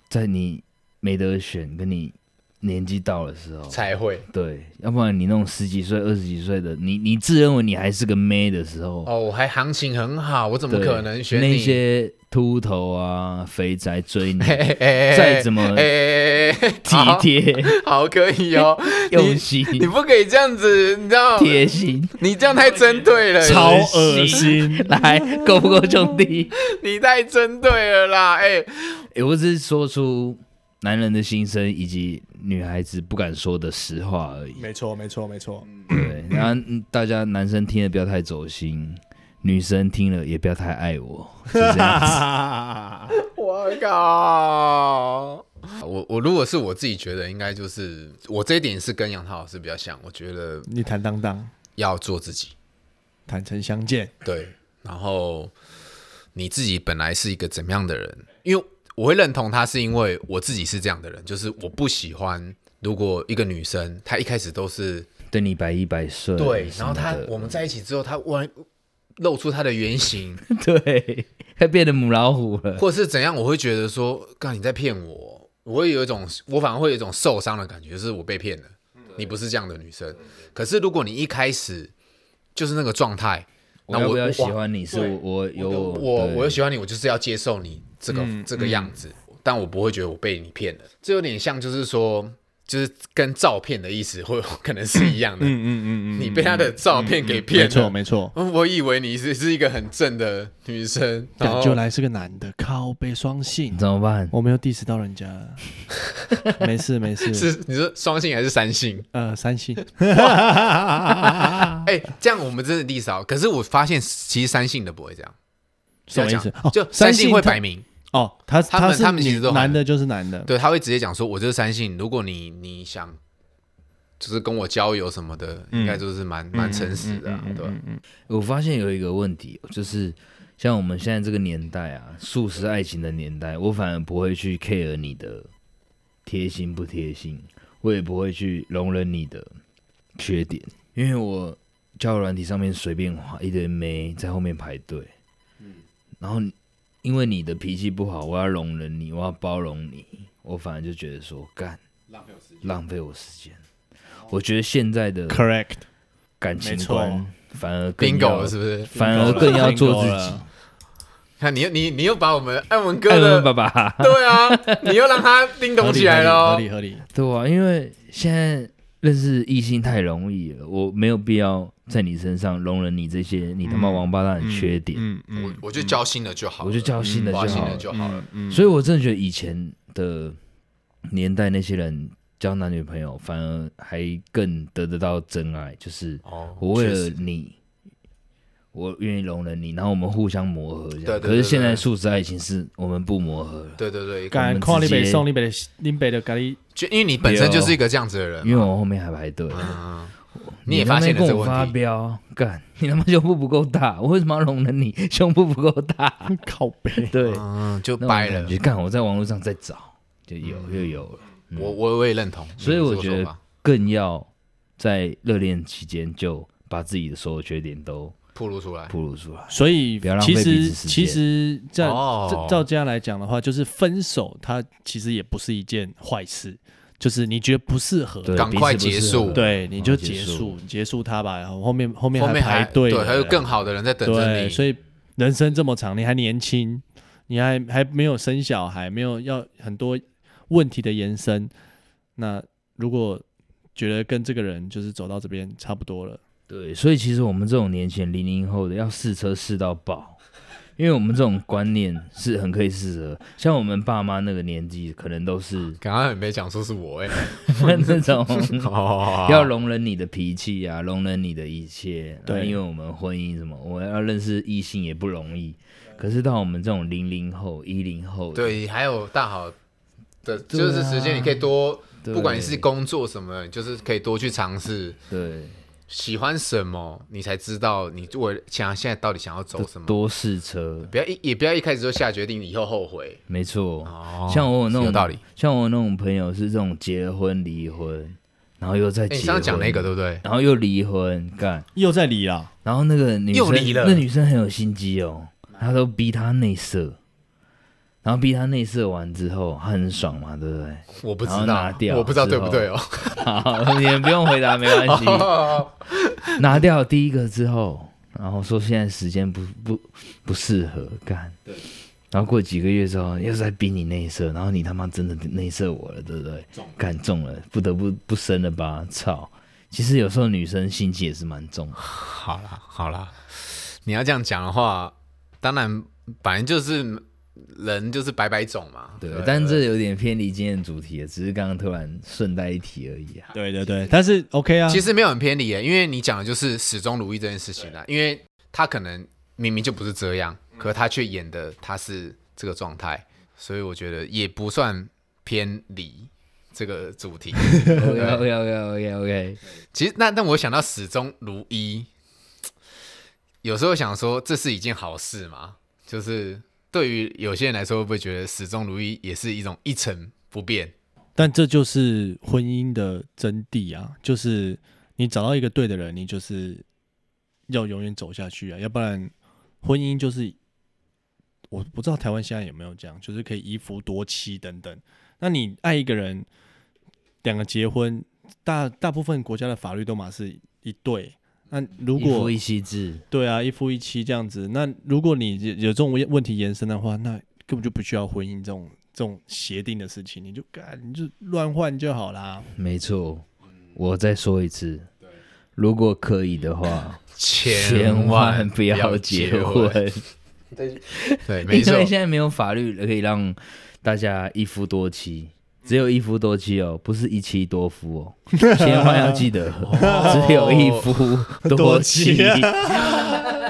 [SPEAKER 3] 在你没得选，跟你年纪到的时候。
[SPEAKER 4] 才会
[SPEAKER 3] 对，要不然你那种十几岁、二十几岁的，你你自认为你还是个妹的时候，
[SPEAKER 4] 哦。我还行情很好，我怎么
[SPEAKER 3] 对
[SPEAKER 4] 可能选
[SPEAKER 3] 那
[SPEAKER 4] 你？
[SPEAKER 3] 些秃头啊、肥宅追你，
[SPEAKER 4] [laughs] 再
[SPEAKER 3] 再怎么
[SPEAKER 4] 哎哎
[SPEAKER 3] 体
[SPEAKER 4] 好 [laughs]
[SPEAKER 3] 贴、
[SPEAKER 4] 好可以哦，
[SPEAKER 3] [laughs] 用心、
[SPEAKER 4] 你不可以这样子，你知道吗？
[SPEAKER 3] 贴心，
[SPEAKER 4] 你这样太针对了，
[SPEAKER 2] 超恶心，
[SPEAKER 3] 来够不够兄弟？ [laughs]
[SPEAKER 4] 你太针对了啦！哎，
[SPEAKER 3] 欸我只是说出男人的心声以及女孩子不敢说的实话而已。
[SPEAKER 2] 没错，没错，没错，
[SPEAKER 3] 对，然后嗯大家男生听了不要太走心，女生听了也不要
[SPEAKER 4] [laughs]
[SPEAKER 2] 啊 [laughs]
[SPEAKER 3] 太爱我，就这样子。
[SPEAKER 4] 我靠！我我如果是我自己觉得，应该就是我这一点是跟杨涛老师比较像，我觉得
[SPEAKER 2] 你坦荡荡，
[SPEAKER 4] 要做自己，
[SPEAKER 2] 坦诚相见，
[SPEAKER 4] 对，然后你自己本来是一个怎么样的人？因为我会认同他，是因为我自己是这样的人，就是我不喜欢如果一个女生她一开始都是
[SPEAKER 3] 对你百依百顺，
[SPEAKER 4] 对，
[SPEAKER 3] 什
[SPEAKER 4] 然后
[SPEAKER 3] 么
[SPEAKER 4] 她
[SPEAKER 3] 的
[SPEAKER 4] 我们在一起之后，她完露出她的原型，
[SPEAKER 3] [laughs] 对，他变得母老虎了。
[SPEAKER 4] 或者是怎样，我会觉得说，刚你在骗我，我会有一种，我反而会有一种受伤的感觉，就是我被骗了，
[SPEAKER 2] 嗯
[SPEAKER 4] 你不是这样的女生。可是如果你一开始就是那个状态，
[SPEAKER 3] 我
[SPEAKER 4] 那
[SPEAKER 3] 要
[SPEAKER 4] 我
[SPEAKER 3] 不要
[SPEAKER 4] 我
[SPEAKER 3] 喜欢你？是
[SPEAKER 4] 对
[SPEAKER 3] 我我有
[SPEAKER 4] 我
[SPEAKER 3] 我
[SPEAKER 4] 我
[SPEAKER 3] 对
[SPEAKER 4] 我喜欢你，我就是要接受你这个、
[SPEAKER 2] 嗯
[SPEAKER 4] 这个样子，但我不会觉得我被你骗了。这有点像，就是说，就是跟照片的意思会 [laughs] 有可能是一样的。
[SPEAKER 2] 嗯嗯嗯嗯
[SPEAKER 4] 你被他的照片给骗
[SPEAKER 2] 没错
[SPEAKER 4] 了，嗯
[SPEAKER 2] 没错，
[SPEAKER 4] 我以为你是是一个很正的女生，然
[SPEAKER 2] 感
[SPEAKER 4] 后
[SPEAKER 2] 啊就来是个男的，靠背双性，
[SPEAKER 3] 怎么办？
[SPEAKER 2] 我没有 diss 到
[SPEAKER 4] [laughs]
[SPEAKER 2] 人家了，没事没事，
[SPEAKER 4] 是你说双性还是三性？
[SPEAKER 2] 呃三
[SPEAKER 4] [laughs]
[SPEAKER 2] 性，
[SPEAKER 4] 哎、这样我们真的地少。可是我发现，其实三性的不会这样，
[SPEAKER 2] 什么意思
[SPEAKER 4] 这样？
[SPEAKER 2] 哦
[SPEAKER 4] 讲就
[SPEAKER 2] 三
[SPEAKER 4] 三
[SPEAKER 2] 性
[SPEAKER 4] 性会
[SPEAKER 2] 他
[SPEAKER 4] 摆明，
[SPEAKER 2] 哦，他
[SPEAKER 4] 他们
[SPEAKER 2] 是
[SPEAKER 4] 他们其
[SPEAKER 2] 女
[SPEAKER 4] 实都
[SPEAKER 2] 男
[SPEAKER 4] 很
[SPEAKER 2] 的就是男的，
[SPEAKER 4] 对，他会直接讲说，我就是三性。如果你你想就是跟我交友什么的，应该就是蛮蛮诚实的、啊，对吧？
[SPEAKER 3] 我发现有一个问题，就是像我们现在这个年代啊，素食爱情的年代，我反而不会去 care 你的贴心不贴心，我也不会去容忍你的缺点，因为我交友软体上面随便滑一堆妹在后面排队，嗯然后因为你的脾气不好，我要容忍你，我要包容你，我反而就觉得说干浪费我时间，我觉得现在的
[SPEAKER 2] correct，
[SPEAKER 3] 感情
[SPEAKER 2] 没错
[SPEAKER 3] 观反而更
[SPEAKER 4] bingo
[SPEAKER 3] 要
[SPEAKER 4] 了是不是？
[SPEAKER 3] 反而更要做自己。
[SPEAKER 2] [laughs]
[SPEAKER 4] 看你又你你又把我们艾文哥
[SPEAKER 3] 艾伦
[SPEAKER 4] 的
[SPEAKER 3] 爸爸，
[SPEAKER 4] 对啊，你又让他叮
[SPEAKER 2] 合
[SPEAKER 4] 咚
[SPEAKER 2] 理
[SPEAKER 4] 起来了
[SPEAKER 2] 合
[SPEAKER 4] 哦。
[SPEAKER 2] 理合理，合理
[SPEAKER 3] [laughs] 对啊，因为现在认识异性太容易了，我没有必要在你身上容忍你这些你他妈王八蛋的缺点，
[SPEAKER 2] 嗯嗯，
[SPEAKER 4] 我我就交心了就好了，
[SPEAKER 3] 嗯我就交心的
[SPEAKER 4] 交
[SPEAKER 3] 就
[SPEAKER 4] 心
[SPEAKER 3] 好
[SPEAKER 4] 了
[SPEAKER 3] 了。
[SPEAKER 4] 就好了。
[SPEAKER 3] 所以我真的觉得以前的年代那些人交男女朋友，反而还更得得到真爱，就是
[SPEAKER 4] 哦
[SPEAKER 3] 我为
[SPEAKER 4] 确
[SPEAKER 3] 了
[SPEAKER 4] 实
[SPEAKER 3] 你，我愿意容忍你，然后我们互相磨合这样。
[SPEAKER 4] 对对对
[SPEAKER 3] 可是现在
[SPEAKER 4] 对
[SPEAKER 3] 素食爱情是我们不磨合了，
[SPEAKER 4] 对对对，
[SPEAKER 3] 我
[SPEAKER 2] 敢
[SPEAKER 3] 们
[SPEAKER 2] 看
[SPEAKER 3] 直
[SPEAKER 2] 你北
[SPEAKER 3] 接
[SPEAKER 2] 宋，你北的你北的咖喱，
[SPEAKER 4] 就因为你本身就是一个这样子的人
[SPEAKER 3] 因为
[SPEAKER 4] 嘛，
[SPEAKER 3] 我后面还排队。
[SPEAKER 4] 嗯，你也
[SPEAKER 3] 他妈
[SPEAKER 4] 发现了
[SPEAKER 3] 跟
[SPEAKER 4] 这个
[SPEAKER 3] 我发
[SPEAKER 4] 问题，
[SPEAKER 3] 飙，干你他妈胸部不够大，我为什么要容忍你胸部不够
[SPEAKER 4] [laughs]
[SPEAKER 3] 大？
[SPEAKER 2] 啊靠背，
[SPEAKER 3] 对，
[SPEAKER 4] 嗯，就
[SPEAKER 3] 那
[SPEAKER 4] 掰
[SPEAKER 3] 种
[SPEAKER 4] 了
[SPEAKER 3] 感。觉干我在网络上再找，就有又有了，
[SPEAKER 4] 我我我也认同，
[SPEAKER 3] 嗯所以我
[SPEAKER 4] 你这个
[SPEAKER 3] 觉得
[SPEAKER 4] 说法
[SPEAKER 3] 更要在热恋期间就把自己的所有缺点都
[SPEAKER 4] 暴露出来，
[SPEAKER 3] 暴露出来。
[SPEAKER 2] 所以
[SPEAKER 3] 不要浪
[SPEAKER 2] 其
[SPEAKER 3] 费彼
[SPEAKER 2] 实
[SPEAKER 3] 此时间
[SPEAKER 2] 其实这样
[SPEAKER 4] 哦
[SPEAKER 2] 这照这样来讲的话，就是分手它其实也不是一件坏事，就是你觉得不适合，
[SPEAKER 3] 对，
[SPEAKER 4] 赶
[SPEAKER 3] 彼此
[SPEAKER 4] 快
[SPEAKER 3] 不
[SPEAKER 4] 结
[SPEAKER 3] 适
[SPEAKER 4] 束
[SPEAKER 3] 合
[SPEAKER 2] 对，你就
[SPEAKER 3] 赶快
[SPEAKER 2] 结
[SPEAKER 3] 结
[SPEAKER 2] 束结束它吧，然后后面后面
[SPEAKER 4] 后
[SPEAKER 2] 还
[SPEAKER 4] 面
[SPEAKER 2] 排
[SPEAKER 4] 还
[SPEAKER 2] 队了，
[SPEAKER 4] 对，还有更好的人在等着
[SPEAKER 2] 对，
[SPEAKER 4] 你，
[SPEAKER 2] 所以人生这么长，你还年轻，你还还没有生小孩，没有要很多问题的延伸。那如果觉得跟这个人就是走到这边差不多了，
[SPEAKER 3] 对，所以其实我们这种年前零零后的要试车试到爆，因为我们这种观念是很可以试车。像我们爸妈那个年纪，可能都
[SPEAKER 4] [laughs]
[SPEAKER 3] 是
[SPEAKER 4] 刚刚也没讲说是
[SPEAKER 3] [laughs]
[SPEAKER 4] 我哎，
[SPEAKER 3] 那种
[SPEAKER 4] 哦
[SPEAKER 3] 要容忍你的脾气啊，容忍你的一切。
[SPEAKER 2] 对
[SPEAKER 3] 啊因为我们婚姻什么，我要认识异性也不容易。可是到我们这种零零后、一零后，
[SPEAKER 4] 对，还有大好的
[SPEAKER 3] 对
[SPEAKER 4] 就
[SPEAKER 3] 啊
[SPEAKER 4] 是时间，你可以多，
[SPEAKER 3] 对
[SPEAKER 4] 不管你是工作什么，你就是可以多去尝试，
[SPEAKER 3] 对，
[SPEAKER 4] 喜欢什么，你才知道你我想现在到底想要走什么。
[SPEAKER 3] 多试车，
[SPEAKER 4] 不要一也不要一开始就下决定，以后后悔。
[SPEAKER 3] 没错。
[SPEAKER 4] 哦
[SPEAKER 3] 像我有那
[SPEAKER 4] 是有
[SPEAKER 3] 种
[SPEAKER 4] 道理。
[SPEAKER 3] 像我有那种朋友是这种结婚离婚，然后又再
[SPEAKER 4] 哎
[SPEAKER 3] 结
[SPEAKER 4] 你
[SPEAKER 3] 婚，
[SPEAKER 4] 上次讲那个对不对？
[SPEAKER 3] 然后又离婚干，
[SPEAKER 2] 又在理啦，
[SPEAKER 3] 然后那个女
[SPEAKER 4] 又
[SPEAKER 3] 生
[SPEAKER 4] 离了
[SPEAKER 3] 那女生很有心机哦，她都逼他内射，然后逼他内射完之后，她很爽嘛，对不对？
[SPEAKER 4] 我不知
[SPEAKER 3] 然后拿
[SPEAKER 4] 道
[SPEAKER 3] 掉，
[SPEAKER 4] 我不知道
[SPEAKER 3] 之
[SPEAKER 4] 对
[SPEAKER 3] 后
[SPEAKER 4] 不对哦。
[SPEAKER 3] [laughs]
[SPEAKER 4] 哦
[SPEAKER 3] 好，你们不用回答，没关系。 [laughs] 拿掉第一个之后，然后说现在时间不不不适合干。对。然后过几个月之后，又在逼你内射，然后你他妈真的内射我了，对不对？干中了，不得不不生了吧？操！其实有时候女生心机也是蛮重的，
[SPEAKER 4] 好啦，好啦，你要这样讲的话，当然，本来就是人就是百百种嘛。
[SPEAKER 3] 对
[SPEAKER 4] 不。
[SPEAKER 3] 但是这有点偏离今天的主题了，只是刚刚突然顺带一提而
[SPEAKER 2] [laughs]
[SPEAKER 3] 已啊。
[SPEAKER 2] 对对对，但是 OK 啊，
[SPEAKER 4] 其实没有很偏离耶，因为你讲的就是始终如一这件事情啦。因为他可能明明就不是
[SPEAKER 2] 嗯
[SPEAKER 4] 这样，可他却演的他是这个状态，所以我觉得也不算偏离这个主题。
[SPEAKER 3] OK OK OK OK OK，
[SPEAKER 4] 其实那但我想到始终如一，有时候想说这是一件好事嘛，就是对于有些人来说，会不会觉得始终如一也是一种一成不变？
[SPEAKER 2] 但这就是婚姻的真谛啊，就是你找到一个对的人，你就是要永远走下去啊，要不然婚姻就是我不知道台湾现在有没有这样，就是可以一夫多妻等等。那你爱一个人，两个结婚，大大部分国家的法律都嘛是一对。那如
[SPEAKER 3] 一
[SPEAKER 2] 果
[SPEAKER 3] 夫一妻制，
[SPEAKER 2] 对啊，一夫一妻这样子。那如果你有有这种问问题延伸的话，那根本就不需要婚姻这种这种协定的事情，你就干你就乱换就好啦。
[SPEAKER 3] 没错。我再说一次，如果可以的话，千万不要结
[SPEAKER 4] 婚。
[SPEAKER 3] 婚，
[SPEAKER 4] 对，没
[SPEAKER 3] 因 [laughs]
[SPEAKER 4] 错
[SPEAKER 3] 为，现在没有法律可以让大家一夫多妻。只有一夫多妻哦，不是一妻多夫哦，千万要记得，只有一夫多妻。
[SPEAKER 2] 多妻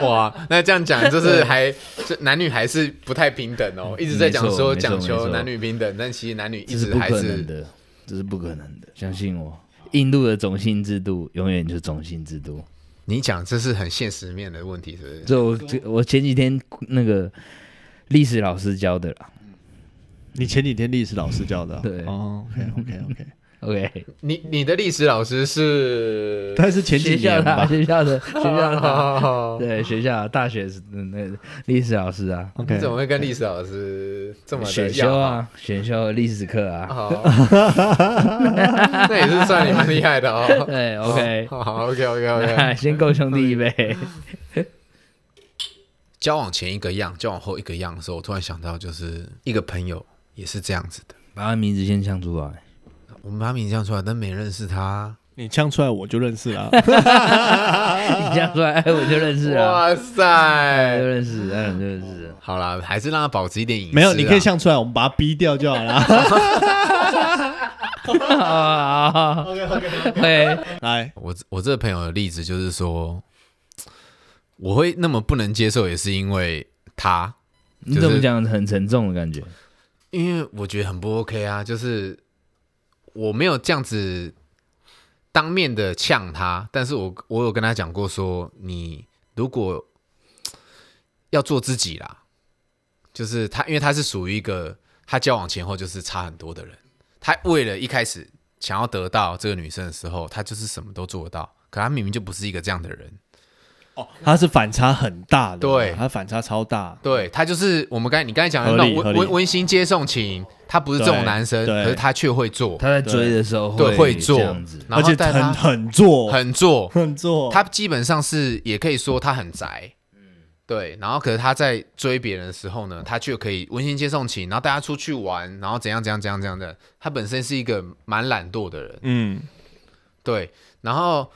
[SPEAKER 4] 哇，那这样讲就是还这男女还是不太平等哦，一直在讲说
[SPEAKER 3] 没错
[SPEAKER 4] 讲
[SPEAKER 3] 没错没
[SPEAKER 4] 求
[SPEAKER 3] 错
[SPEAKER 4] 男女平等，但其实男女一
[SPEAKER 3] 这是
[SPEAKER 4] 直
[SPEAKER 3] 不
[SPEAKER 4] 还
[SPEAKER 3] 可
[SPEAKER 4] 是
[SPEAKER 3] 能的，这是不可能的，相信我。印度的种姓制度永远就是种姓制度。
[SPEAKER 4] 你讲这是很现实面的问题，是不是？
[SPEAKER 3] 这我这我前几天那个历史老师教的啦。
[SPEAKER 2] 你前几天历史老师教的啊、
[SPEAKER 3] 对
[SPEAKER 2] 哦，OK OK OK，
[SPEAKER 3] OK，
[SPEAKER 4] 你你的历史老师是
[SPEAKER 2] [laughs]
[SPEAKER 4] [laughs]
[SPEAKER 2] 但是前几
[SPEAKER 3] 学校
[SPEAKER 2] 年
[SPEAKER 3] 的啊
[SPEAKER 2] 吧。
[SPEAKER 3] 学校的学校的啊，
[SPEAKER 4] 哦
[SPEAKER 3] 对学校啊大学是那个历史老师啊，
[SPEAKER 2] OK，
[SPEAKER 4] 你怎么会跟历史老师这么的
[SPEAKER 3] 选
[SPEAKER 4] 要
[SPEAKER 3] 修
[SPEAKER 4] 好？
[SPEAKER 3] 啊，选修历史课啊。
[SPEAKER 4] 好， [laughs] 那也是算你蛮厉害的哦。 [laughs]
[SPEAKER 3] 对，OK，
[SPEAKER 4] 好好，OK OK
[SPEAKER 3] 那
[SPEAKER 4] [laughs] OK。
[SPEAKER 3] 先够兄弟一杯。
[SPEAKER 4] 交往前一个样，交往后一个样的时候，我突然想到，就是一个朋友也是这样子的。
[SPEAKER 3] 把他名字先呛出来。
[SPEAKER 4] 我们把他名字讲出来，但没认识他。
[SPEAKER 2] 你呛出来我就认识 [laughs] 了啊。
[SPEAKER 3] 你呛出来，哎，我就认识了，
[SPEAKER 4] 哇
[SPEAKER 3] 我就
[SPEAKER 4] 塞！
[SPEAKER 3] 认识，哎，我就认识了。
[SPEAKER 4] 好啦，还是让他保持一点隐私啊。
[SPEAKER 2] 没有，你可以呛出来，我们把它逼掉就好 [laughs] 了。
[SPEAKER 3] 啊，OK OK，
[SPEAKER 2] 来，
[SPEAKER 4] 我我这个朋友的例子就是说，我会那么不能接受，也是因为他，
[SPEAKER 3] 你怎么讲很沉重的感觉？
[SPEAKER 4] 因为我觉得很不 OK 啊，就是我没有这样子当面的呛他，但是我我有跟他讲过说，你如果要做自己啦，就是他，因为他是属于一个他交往前后就是差很多的人，他为了一开始想要得到这个女生的时候，他就是什么都做得到，可他明明就不是一个这样的人。
[SPEAKER 2] 它是反差很大的，
[SPEAKER 4] 对
[SPEAKER 2] 它反差超大。
[SPEAKER 4] 对他就是我们刚才你刚才讲的
[SPEAKER 2] 合
[SPEAKER 4] 那
[SPEAKER 2] 理
[SPEAKER 4] 种温
[SPEAKER 2] 合理
[SPEAKER 4] 温温馨接送情，他不是这种
[SPEAKER 2] 对
[SPEAKER 4] 男生，
[SPEAKER 2] 对
[SPEAKER 4] 可是他却会做，
[SPEAKER 3] 他在追的时候
[SPEAKER 4] 对会做
[SPEAKER 3] 这样子，
[SPEAKER 4] 然
[SPEAKER 2] 而
[SPEAKER 4] 后
[SPEAKER 2] 且
[SPEAKER 4] 但他
[SPEAKER 2] 很很做，
[SPEAKER 4] 很做，
[SPEAKER 2] 很做。
[SPEAKER 4] 他基本上是也可以说他很宅，对。然后可是他在追别人的时候呢，他却可以温馨接送情，然后大家出去玩，然后怎样怎样怎样怎样的。他本身是一个蛮懒惰的人，
[SPEAKER 2] 嗯，
[SPEAKER 4] 对。然后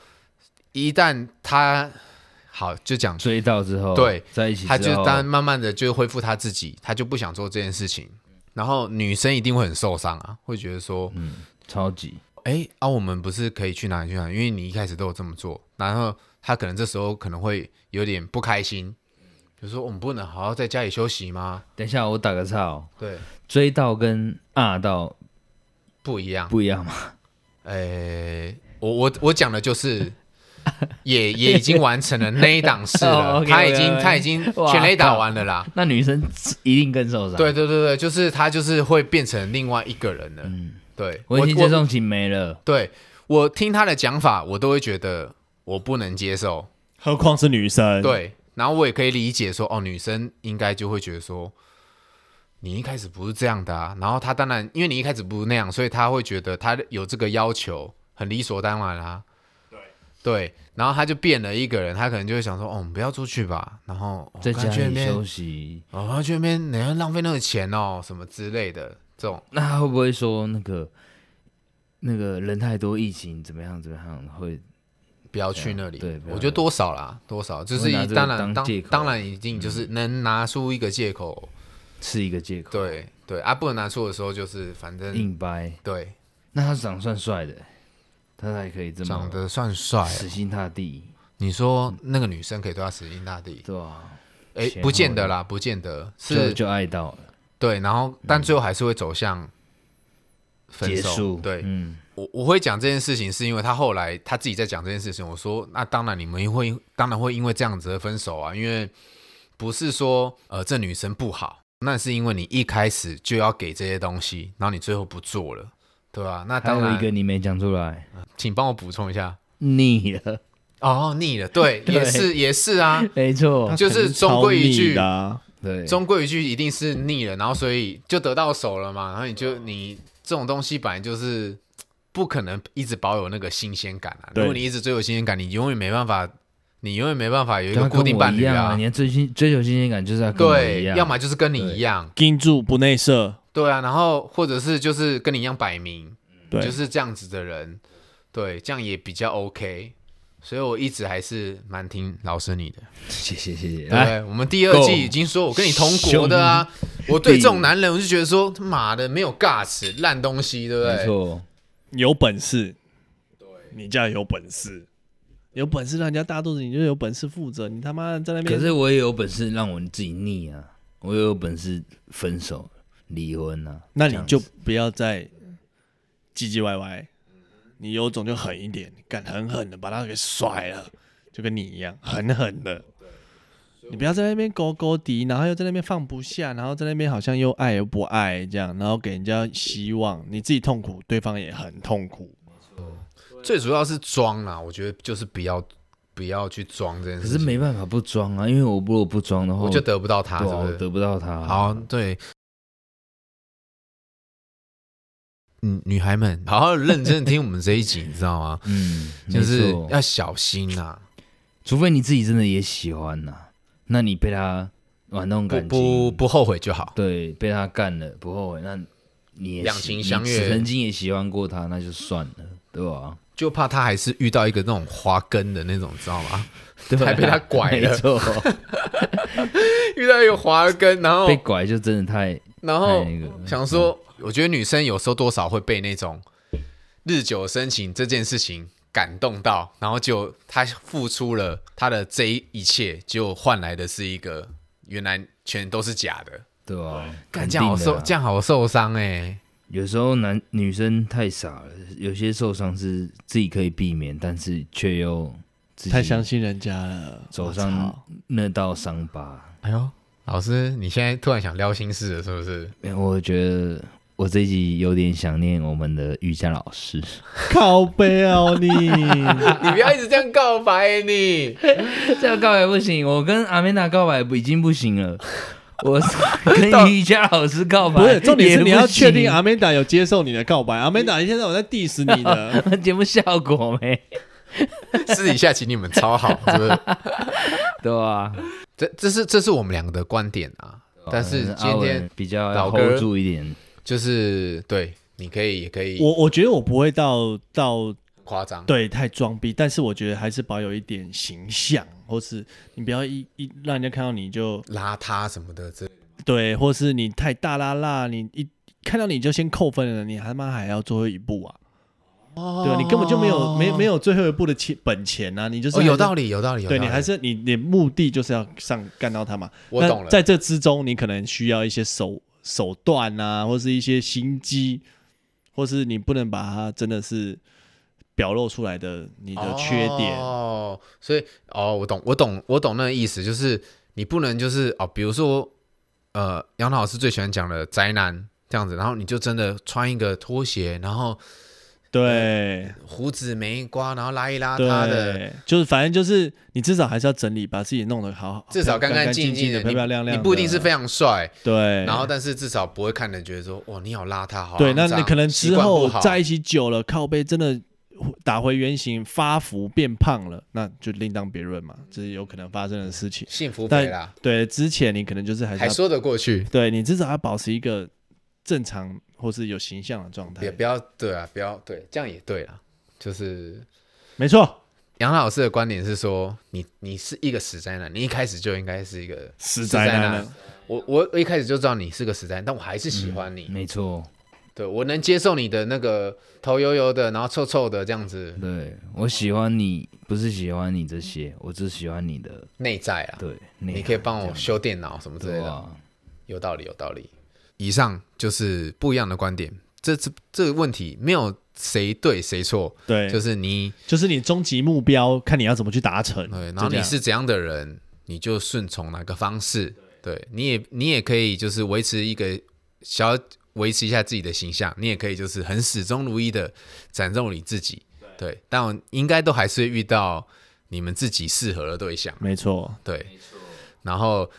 [SPEAKER 4] 一旦他好就讲，
[SPEAKER 3] 追到之后，
[SPEAKER 4] 对，
[SPEAKER 3] 在一起之后，
[SPEAKER 4] 他就当慢慢的就恢复他自己，他就不想做这件事情。然后女生一定会很受伤啊，会觉得说，
[SPEAKER 3] 超级
[SPEAKER 4] 哎、啊，我们不是可以去哪里去哪里？因为你一开始都有这么做，然后他可能这时候可能会有点不开心，比如说我们不能好好在家里休息吗？
[SPEAKER 3] 等一下，我打个岔哦，
[SPEAKER 4] 对，
[SPEAKER 3] 追到跟啊到
[SPEAKER 4] 不一样。
[SPEAKER 3] 不一样嘛？
[SPEAKER 4] 哎、我我我讲的就是。也也已经完成了那一档事
[SPEAKER 3] 哦
[SPEAKER 4] 了，
[SPEAKER 3] ，OK，
[SPEAKER 4] 他已
[SPEAKER 3] OK，
[SPEAKER 4] 经
[SPEAKER 3] OK
[SPEAKER 4] 他已经
[SPEAKER 3] 哇
[SPEAKER 4] 全垒打
[SPEAKER 3] 靠
[SPEAKER 4] 完了啦。
[SPEAKER 3] 那女生一定更受伤。
[SPEAKER 4] 对，对对对，就是他就是会变成另外一个人了。对，我
[SPEAKER 3] 温嗯馨
[SPEAKER 4] 我
[SPEAKER 3] 接送情没了，
[SPEAKER 4] 对我听他的讲法，我都会觉得我不能接受。
[SPEAKER 2] 何况是女生。，
[SPEAKER 4] 对，然后我也可以理解说，哦，女生应该就会觉得说，你一开始不是这样的啊。然后她当然，因为你一开始不是那样，所以她会觉得她有这个要求很理所当然啊。对，然后她就变了一个人，她可能就会想说，哦，我们不要出去吧，然后哦
[SPEAKER 3] 在家里休
[SPEAKER 4] 息，
[SPEAKER 3] 息。
[SPEAKER 4] 哦，她去那边，你要浪费那个钱哦，什么之类的这种。
[SPEAKER 3] 那他会不会说那个那个人太多，疫情怎么样怎么样？会
[SPEAKER 4] 不要去那里。
[SPEAKER 3] 对不要
[SPEAKER 4] 我觉得多少啦，多少就是
[SPEAKER 3] 我拿这
[SPEAKER 4] 以
[SPEAKER 3] 个
[SPEAKER 4] 当然
[SPEAKER 3] 当
[SPEAKER 4] 当
[SPEAKER 3] 借口啊嗯
[SPEAKER 4] 当然一定就是能拿出一个借口，
[SPEAKER 3] 是一个借口，，
[SPEAKER 4] 对对啊，不能拿出的时候就是反正
[SPEAKER 3] 硬掰。
[SPEAKER 4] 对
[SPEAKER 3] 那他长得算帅的，他才可以这么嗯
[SPEAKER 4] 长得算帅啊。
[SPEAKER 3] 死心塌地，
[SPEAKER 4] 你说那个女生可以对他死心塌地？
[SPEAKER 3] 对吧？
[SPEAKER 4] 哎，
[SPEAKER 3] 前后
[SPEAKER 4] 不见得啦，不见得
[SPEAKER 3] 哦就是就爱到了，
[SPEAKER 4] 对，然后但最后还是会走向分
[SPEAKER 3] 结
[SPEAKER 4] 手。
[SPEAKER 3] 束。
[SPEAKER 4] 对，
[SPEAKER 3] 嗯，
[SPEAKER 4] 我我会讲这件事情，是因为他后来他自己在讲这件事情。我说，那当然你们会，当然会因为这样子而分手啊，因为不是说呃这女生不好，那是因为你一开始就要给这些东西，然后你最后不做了，对吧、那
[SPEAKER 3] 还
[SPEAKER 4] 当
[SPEAKER 3] 有
[SPEAKER 4] 然，
[SPEAKER 3] 一个你没讲出来，
[SPEAKER 4] 请帮我补充一下。
[SPEAKER 3] 腻了，
[SPEAKER 4] 哦，腻了，对，
[SPEAKER 3] [laughs] 对
[SPEAKER 4] 也是也是啊，
[SPEAKER 3] 没错，
[SPEAKER 4] 就是终归一
[SPEAKER 2] 他肯定超腻
[SPEAKER 4] 句
[SPEAKER 2] 的啊
[SPEAKER 3] 对，
[SPEAKER 4] 终归一句一定是腻了，然后所以就得到手了嘛，然后你就你这种东西本来就是嘖不可能一直保有那个新鲜感啊。
[SPEAKER 2] 对
[SPEAKER 4] 如果你一直追求新鲜感，你永远没办法，你永远没办法有一
[SPEAKER 3] 就
[SPEAKER 4] 个
[SPEAKER 3] 要
[SPEAKER 4] 固
[SPEAKER 3] 跟
[SPEAKER 4] 定
[SPEAKER 3] 我
[SPEAKER 4] 伴
[SPEAKER 3] 一
[SPEAKER 4] 侣
[SPEAKER 3] 样啊！
[SPEAKER 4] 啊
[SPEAKER 3] 你。要追星追求新鲜感，就是要跟我
[SPEAKER 4] 对
[SPEAKER 3] 一，样，
[SPEAKER 4] 要么就是跟你一样，
[SPEAKER 2] 盯住不内射，
[SPEAKER 4] 对啊，然后或者是就是跟你一样摆明，
[SPEAKER 3] 嗯
[SPEAKER 2] 对，
[SPEAKER 4] 就是这样子的人，对，这样也比较 OK。所以我一直还是蛮听老师你的。
[SPEAKER 3] 谢谢谢谢，哎来，
[SPEAKER 4] 对，我们第二季已经说我跟你同国的啊，我对这种男人我就觉得说他妈的没有 guts 烂东西，对不
[SPEAKER 3] 没
[SPEAKER 4] 对？
[SPEAKER 3] 错，
[SPEAKER 2] 有本事，对，你叫有本事，有本事让人家大肚子，你就有本事负责，你他妈在那边
[SPEAKER 3] 可是我也有本事让我自己腻啊，我也有本事分手、离婚啊。
[SPEAKER 2] 那
[SPEAKER 3] 这
[SPEAKER 2] 你
[SPEAKER 3] 样子
[SPEAKER 2] 就不要再唧唧歪歪，
[SPEAKER 3] 嗯
[SPEAKER 2] 你有种就狠一点，敢狠狠的把他给甩了，就跟你一样，狠狠的。你不要在那边勾勾敌，然后又在那边放不下，然后在那边好像又爱又不爱这样，然后给人家希望，你自己痛苦，对方也很痛苦。
[SPEAKER 4] 最主要是装啦，我觉得就是不要不要去装这件
[SPEAKER 3] 可
[SPEAKER 4] 事
[SPEAKER 3] 是
[SPEAKER 4] 情，
[SPEAKER 3] 没办法不装啊，因为我如果不装的话，
[SPEAKER 4] 我就得不到他，
[SPEAKER 3] 对啊我
[SPEAKER 4] 是不是？
[SPEAKER 3] 得不到他啊。
[SPEAKER 4] 好，对。嗯，女孩们，好好认真地听我们这一集，你知
[SPEAKER 3] [laughs]
[SPEAKER 4] 道吗？
[SPEAKER 3] 嗯，
[SPEAKER 4] 就是
[SPEAKER 3] 没错
[SPEAKER 4] 要小心啊！
[SPEAKER 3] 除非你自己真的也喜欢呐、那你被他玩弄
[SPEAKER 4] 不
[SPEAKER 3] 感情，
[SPEAKER 4] 不不后悔就好。
[SPEAKER 3] 对，被他干了不后悔，那你也
[SPEAKER 4] 两
[SPEAKER 3] 喜
[SPEAKER 4] 情相悦
[SPEAKER 3] 你曾经也喜欢过他，那就算了，对吧？
[SPEAKER 4] 就怕他还是遇到一个那种花根的那种，你知道
[SPEAKER 3] [laughs]
[SPEAKER 4] 吗？
[SPEAKER 3] 对吧，啊
[SPEAKER 4] 还被他拐了
[SPEAKER 3] [laughs] 没
[SPEAKER 4] [laughs]
[SPEAKER 3] 错，
[SPEAKER 4] 遇到一个花根，然后
[SPEAKER 3] 被哎拐就真的太
[SPEAKER 4] 然后
[SPEAKER 3] 太那个
[SPEAKER 4] 想说，我觉得女生有时候多少会被那种日久生情这件事情感动到，然后就她付出了她的这一切，就换来的是一个原来全都是假的。
[SPEAKER 3] 对吧？
[SPEAKER 4] 干
[SPEAKER 3] 肯
[SPEAKER 4] 这
[SPEAKER 3] 定
[SPEAKER 4] 样好
[SPEAKER 3] 的
[SPEAKER 4] 受，
[SPEAKER 3] 啊
[SPEAKER 4] 这样好受伤哎、
[SPEAKER 3] 有时候男女生太傻了，有些受伤是自己可以避免，但是却又自己
[SPEAKER 2] 太相信人家了，
[SPEAKER 3] 走
[SPEAKER 2] 我
[SPEAKER 3] 上
[SPEAKER 2] 操
[SPEAKER 3] 那道伤疤。
[SPEAKER 4] 哎呦，老师，你现在突然想撩心事了，是
[SPEAKER 3] [laughs]
[SPEAKER 4] 不是？
[SPEAKER 3] 哎我觉得我这一集有点想念我们的瑜伽老师，
[SPEAKER 2] 靠背哦你，
[SPEAKER 3] 啊
[SPEAKER 4] 你不要一直这样告白你。
[SPEAKER 3] [laughs] 这样告白不行，我跟阿美娜告白已经不行 [laughs] 了。我跟瑜伽老师告白，
[SPEAKER 2] 不是重点是你要确定
[SPEAKER 3] 啊，
[SPEAKER 2] 阿美达有接受你的告白，阿美达现在我在 diss 你的。
[SPEAKER 3] [laughs] 节目效果没？
[SPEAKER 4] 私底下请你们超好，是不是？ [laughs]
[SPEAKER 3] 对啊，
[SPEAKER 4] 这这是这是我们两个的观点啊。但是
[SPEAKER 3] 哦阿
[SPEAKER 4] 今
[SPEAKER 3] 文
[SPEAKER 4] 天
[SPEAKER 3] 比较
[SPEAKER 4] 老
[SPEAKER 3] 要
[SPEAKER 4] 哥
[SPEAKER 3] hold 住一点，
[SPEAKER 4] 就是对，你可以也可以
[SPEAKER 2] 我我觉得我不会到到
[SPEAKER 4] 夸张，
[SPEAKER 2] 对太装逼，但是我觉得还是保有一点形象，或是你不要一一让人家看到你就
[SPEAKER 4] 邋遢什么的，这
[SPEAKER 2] 对，或是你太大啦啦，你一看到你就先扣分了，你他妈还要最后一步啊？
[SPEAKER 4] 哦
[SPEAKER 2] 对啊，你根本就没有没没有最后一步的钱本钱啊，你就是
[SPEAKER 4] 哦，
[SPEAKER 2] 还是
[SPEAKER 4] 有道理，有道理，有道
[SPEAKER 2] 对
[SPEAKER 4] 理。
[SPEAKER 2] 你还是你你目的就是要上干到他嘛。
[SPEAKER 4] 我
[SPEAKER 2] 那
[SPEAKER 4] 懂了
[SPEAKER 2] 在这之中，你可能需要一些手手段啊，或是一些心机，或是你不能把它真的是表露出来的你
[SPEAKER 4] 你
[SPEAKER 2] 的缺点。
[SPEAKER 4] 哦，所以哦，我懂，我懂，我懂那个意思，就是你不能就是哦，比如说呃，杨老师最喜欢讲的宅男这样子，然后你就真的穿一个拖鞋，然后
[SPEAKER 2] 对，
[SPEAKER 4] 胡子没刮，然后邋里邋遢的。
[SPEAKER 2] 对，就是反正就是你至少还是要整理，把自己弄得好，
[SPEAKER 4] 至少
[SPEAKER 2] 干
[SPEAKER 4] 干
[SPEAKER 2] 干
[SPEAKER 4] 净
[SPEAKER 2] 净
[SPEAKER 4] 的，
[SPEAKER 2] 漂漂亮
[SPEAKER 4] 你
[SPEAKER 2] 亮的。
[SPEAKER 4] 你不一定是非常帅，
[SPEAKER 2] 对，
[SPEAKER 4] 然后但是至少不会看人觉得说，哇，你好邋遢，好
[SPEAKER 2] 对，那
[SPEAKER 4] 肮脏
[SPEAKER 2] 你可能
[SPEAKER 4] 习
[SPEAKER 2] 之
[SPEAKER 4] 惯不
[SPEAKER 2] 后
[SPEAKER 4] 好
[SPEAKER 2] 在一起久了，靠背真的打回原形，发福变胖了，那就另当别论嘛，这是有可能发生的事情。
[SPEAKER 4] 幸福肥
[SPEAKER 2] 但
[SPEAKER 4] 啦，
[SPEAKER 2] 对，之前你可能就是还是
[SPEAKER 4] 还
[SPEAKER 2] 要
[SPEAKER 4] 说得过去。
[SPEAKER 2] 对你至少要保持一个正常或是有形象的状
[SPEAKER 4] 也
[SPEAKER 2] 态。
[SPEAKER 4] 不要对啊，不要对，这样也对啦。就是
[SPEAKER 2] 没错，
[SPEAKER 4] 杨老师的观点是说，你你是一个死宅男，你一开始就应该是一个
[SPEAKER 2] 实
[SPEAKER 4] 宅
[SPEAKER 2] 在
[SPEAKER 4] 男
[SPEAKER 2] 男了。
[SPEAKER 4] 我我我一开始就知道你是个死宅男，但我还是喜欢你。
[SPEAKER 3] 没错。
[SPEAKER 4] 对我能接受你的那个头油油的，然后臭臭的这样子
[SPEAKER 3] 对我喜欢你，不是喜欢你这些，我只喜欢你的
[SPEAKER 4] 内在啊，
[SPEAKER 3] 对。
[SPEAKER 4] 你
[SPEAKER 3] 内
[SPEAKER 4] 可以
[SPEAKER 3] 涵
[SPEAKER 4] 帮
[SPEAKER 3] 这
[SPEAKER 4] 我
[SPEAKER 3] 样
[SPEAKER 4] 修电脑什么之类
[SPEAKER 3] 对
[SPEAKER 4] 的，
[SPEAKER 3] 啊，
[SPEAKER 4] 有道理有道理。以上就是不一样的观点，这这这个问题没有谁对谁错，
[SPEAKER 2] 对，
[SPEAKER 4] 就是你
[SPEAKER 2] 就是你终极目标，看你要怎么去达成。
[SPEAKER 4] 对，然
[SPEAKER 2] 就
[SPEAKER 4] 后
[SPEAKER 2] 这
[SPEAKER 4] 你
[SPEAKER 2] 样
[SPEAKER 4] 是怎样的人，你就顺从哪个方式。对，你也你也可以就是维持一个想要维持一下自己的形象，你也可以就是很始终如一的展露你自己。对，但我应该都还是会遇到你们自己适合的对象。
[SPEAKER 2] 没错，
[SPEAKER 4] 对，然后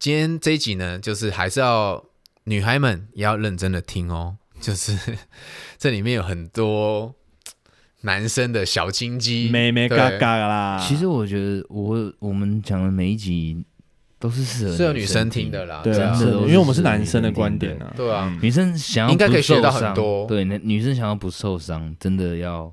[SPEAKER 4] 今天这一集呢，就是还是要女孩们也要认真的听哦， [laughs] 就是这里面有很多男生的小心机，
[SPEAKER 2] 美美
[SPEAKER 4] 对
[SPEAKER 2] 嘎嘎啦。
[SPEAKER 3] 其实我觉得我我们讲的每一集都是适合
[SPEAKER 4] 是有
[SPEAKER 3] 女
[SPEAKER 4] 女
[SPEAKER 3] 生
[SPEAKER 4] 生听的啦，
[SPEAKER 2] 对啊，
[SPEAKER 4] 真
[SPEAKER 2] 是
[SPEAKER 4] 的
[SPEAKER 2] 的
[SPEAKER 3] 都是
[SPEAKER 2] 因为我们是男生的观点啊。
[SPEAKER 4] 对啊，
[SPEAKER 3] 女生想要
[SPEAKER 4] 应该可以
[SPEAKER 3] 不受
[SPEAKER 4] 学到很
[SPEAKER 3] 伤
[SPEAKER 4] 多
[SPEAKER 3] 对，那女生想要不受伤，真的要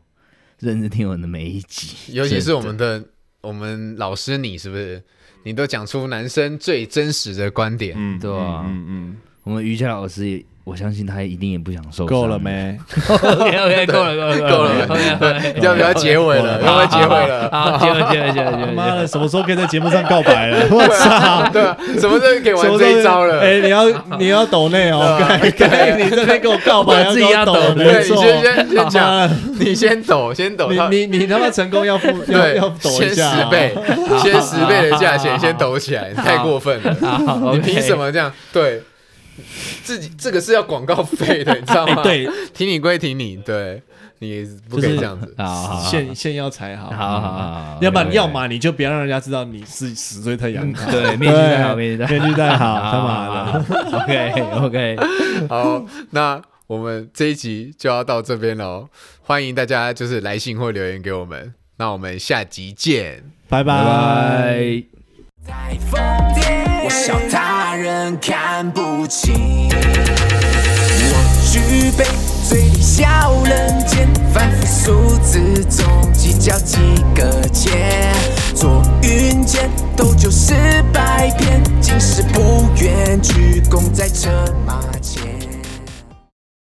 [SPEAKER 3] 认真听我们的每一集，
[SPEAKER 4] 尤其是我们
[SPEAKER 3] 真
[SPEAKER 4] 的我们老师你是不是？你都讲出男生最真实的观点，
[SPEAKER 2] 嗯，
[SPEAKER 3] 对啊
[SPEAKER 2] 嗯嗯
[SPEAKER 3] 我们瑜伽老师也，我相信他一定也不想受
[SPEAKER 2] 嗯，
[SPEAKER 3] 伤。
[SPEAKER 2] 够了没？
[SPEAKER 3] ？OK OK，够了够了
[SPEAKER 4] 够了
[SPEAKER 3] OK，
[SPEAKER 2] 嗯
[SPEAKER 4] 要不要结尾了？要不要结尾了？啊
[SPEAKER 3] 好，结尾结尾结尾结尾。
[SPEAKER 2] 妈的，什么时候可以在节目上告白了？我操！
[SPEAKER 4] [laughs] 对啊，什么时候可以
[SPEAKER 2] 什么
[SPEAKER 4] 玩
[SPEAKER 2] 时候
[SPEAKER 4] 这一招了？
[SPEAKER 2] 哎，你要你要抖内哦，
[SPEAKER 4] [laughs] 对啊
[SPEAKER 2] 干 [laughs] 干你这边给我告
[SPEAKER 4] [laughs]
[SPEAKER 2] 白，
[SPEAKER 3] 我自己
[SPEAKER 2] 要
[SPEAKER 3] 要抖内
[SPEAKER 4] 对，
[SPEAKER 2] 没
[SPEAKER 4] 你
[SPEAKER 2] 错。
[SPEAKER 4] 先先先
[SPEAKER 2] 好
[SPEAKER 4] 讲
[SPEAKER 2] 啊，
[SPEAKER 4] 你先抖，先抖，他
[SPEAKER 2] 你你你他妈成功要付要
[SPEAKER 4] 对
[SPEAKER 2] 要，抖
[SPEAKER 4] 先
[SPEAKER 2] 一下啊，
[SPEAKER 4] 十倍，先十倍的价钱先抖起来，太过分了。
[SPEAKER 3] 好，
[SPEAKER 4] 你凭什？么这样？对，自己这个是要广告费的，你知道
[SPEAKER 2] 哎
[SPEAKER 4] 吗？，
[SPEAKER 2] 对，
[SPEAKER 4] 挺你归挺你，对你不可
[SPEAKER 2] 就
[SPEAKER 4] 以
[SPEAKER 2] 是
[SPEAKER 4] 这样子。
[SPEAKER 3] 好好好，
[SPEAKER 2] 炫炫耀才好，
[SPEAKER 3] 好好好，
[SPEAKER 2] 要不然要么你就不要让人家知道你是死罪太阳
[SPEAKER 4] 嗯
[SPEAKER 2] 卡，
[SPEAKER 3] 对面具戴好，
[SPEAKER 2] 对，
[SPEAKER 3] 面具戴好
[SPEAKER 2] 面具戴好，他妈的，
[SPEAKER 3] 的，OK OK，
[SPEAKER 4] 好，那我们这一集就要到这边喽，欢迎大家就是来信或留言给我们，那我们下集见。
[SPEAKER 2] 拜
[SPEAKER 3] 拜
[SPEAKER 2] 拜。
[SPEAKER 3] 拜。
[SPEAKER 5] 我笑他人看不清。我举杯